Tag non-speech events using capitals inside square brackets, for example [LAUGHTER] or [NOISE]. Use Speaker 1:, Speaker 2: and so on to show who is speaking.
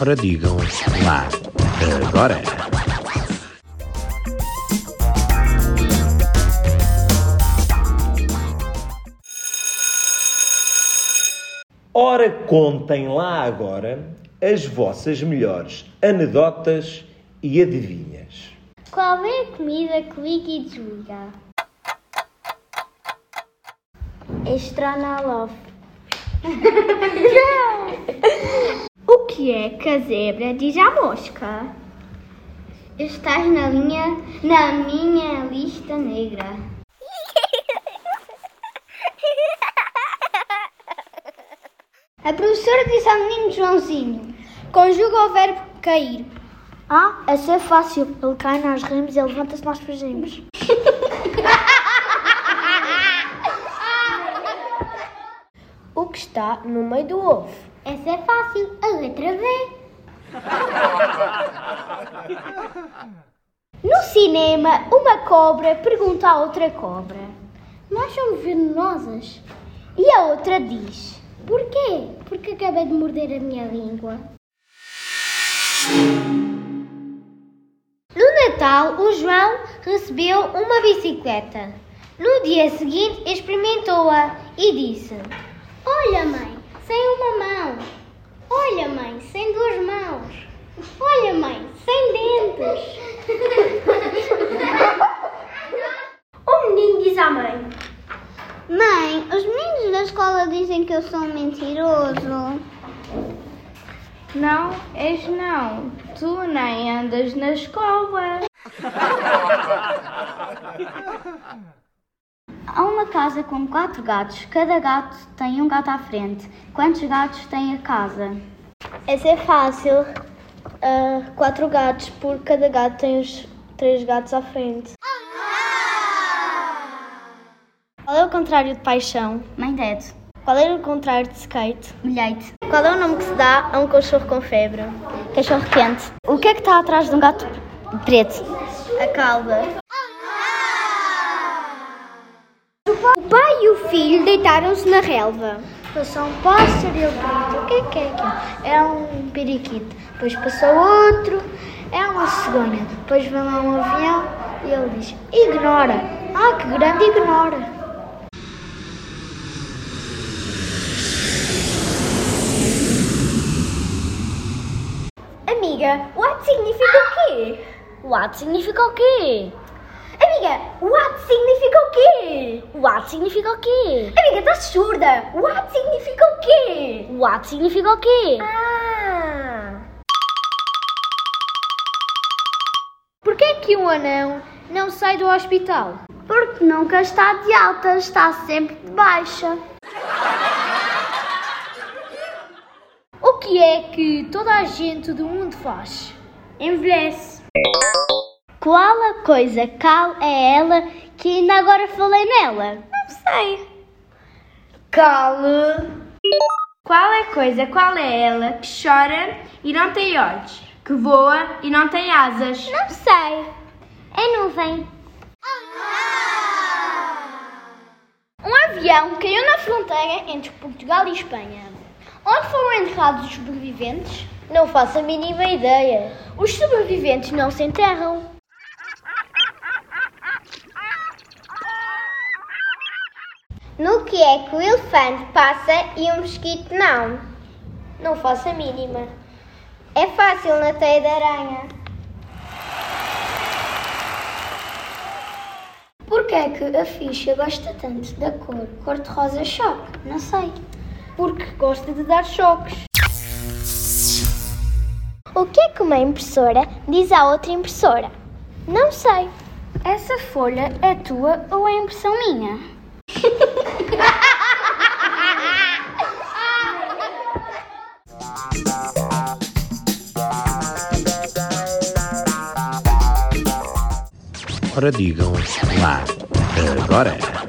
Speaker 1: Ora digam lá agora.
Speaker 2: Ora contem lá agora as vossas melhores anedotas e adivinhas.
Speaker 3: Qual é a comida que liga e desliga? É Estronolof. [LAUGHS] o que é que a zebra diz à mosca? Estás na linha, na minha lista negra. A professora disse ao menino Joãozinho: conjuga o verbo cair. Ah, essa é fácil. Ele cai nas remos e levanta-se nós fazemos.
Speaker 4: O que está no meio do ovo?
Speaker 3: Essa é fácil. A letra V. No cinema, uma cobra pergunta à outra cobra: Nós somos venenosas? E a outra diz: Porquê? Porque acabei de morder a minha língua. No Natal, o João recebeu uma bicicleta. No dia seguinte, experimentou-a e disse: Olha, mãe, sem uma mão. Olha, mãe, sem duas mãos. Olha, mãe, sem dentes.
Speaker 4: [LAUGHS] O menino diz à mãe:
Speaker 3: Mãe, os meninos da escola dizem que eu sou um mentiroso.
Speaker 5: Não, és não. Tu nem andas na escola.
Speaker 3: Há uma casa com quatro gatos. Cada gato tem um gato à frente. Quantos gatos tem a casa? Essa é fácil. Ah, quatro gatos, porque cada gato tem os três gatos à frente. Qual é o contrário de paixão? Mãe dedo. Qual é o contrário de skate? Milhete. Qual é o nome que se dá a um cachorro com febre? Cachorro quente. O que é que está atrás de um gato preto? A cauda. O pai e o filho deitaram-se na relva. Passou um pássaro e eu perguntei, o que é que é aquilo? É um periquito. Depois passou outro, é uma cegonha. Depois vem lá um avião e ele diz, ignora. Ah, que grande ignora.
Speaker 4: Amiga, what significa o quê? What significa o quê? Amiga, what significa o quê? What significa o quê? Amiga, estás surda? What significa o quê? What significa o quê? Ah!
Speaker 5: Porquê é que um anão não sai do hospital?
Speaker 3: Porque nunca está de alta, está sempre de baixa.
Speaker 5: O que é que toda a gente do mundo faz? Envelhece.
Speaker 3: Qual a coisa cal é ela que ainda agora falei nela?
Speaker 5: Qual é a coisa, qual é ela que chora e não tem olhos, que voa e não tem asas?
Speaker 3: Não sei. É nuvem. Um avião caiu na fronteira entre Portugal e Espanha. Onde foram enterrados os sobreviventes?
Speaker 4: Não faço a mínima ideia.
Speaker 3: Os sobreviventes não se enterram. No que é que o elefante passa e o mosquito não? Não faço a mínima. É fácil na teia de aranha. Porquê é que a ficha gosta tanto da cor cor-de-rosa choque? Não sei. Porque gosta de dar choques. O que é que uma impressora diz à outra impressora? Não sei. Essa folha é tua ou é impressão minha?
Speaker 1: Ora digam lá agora.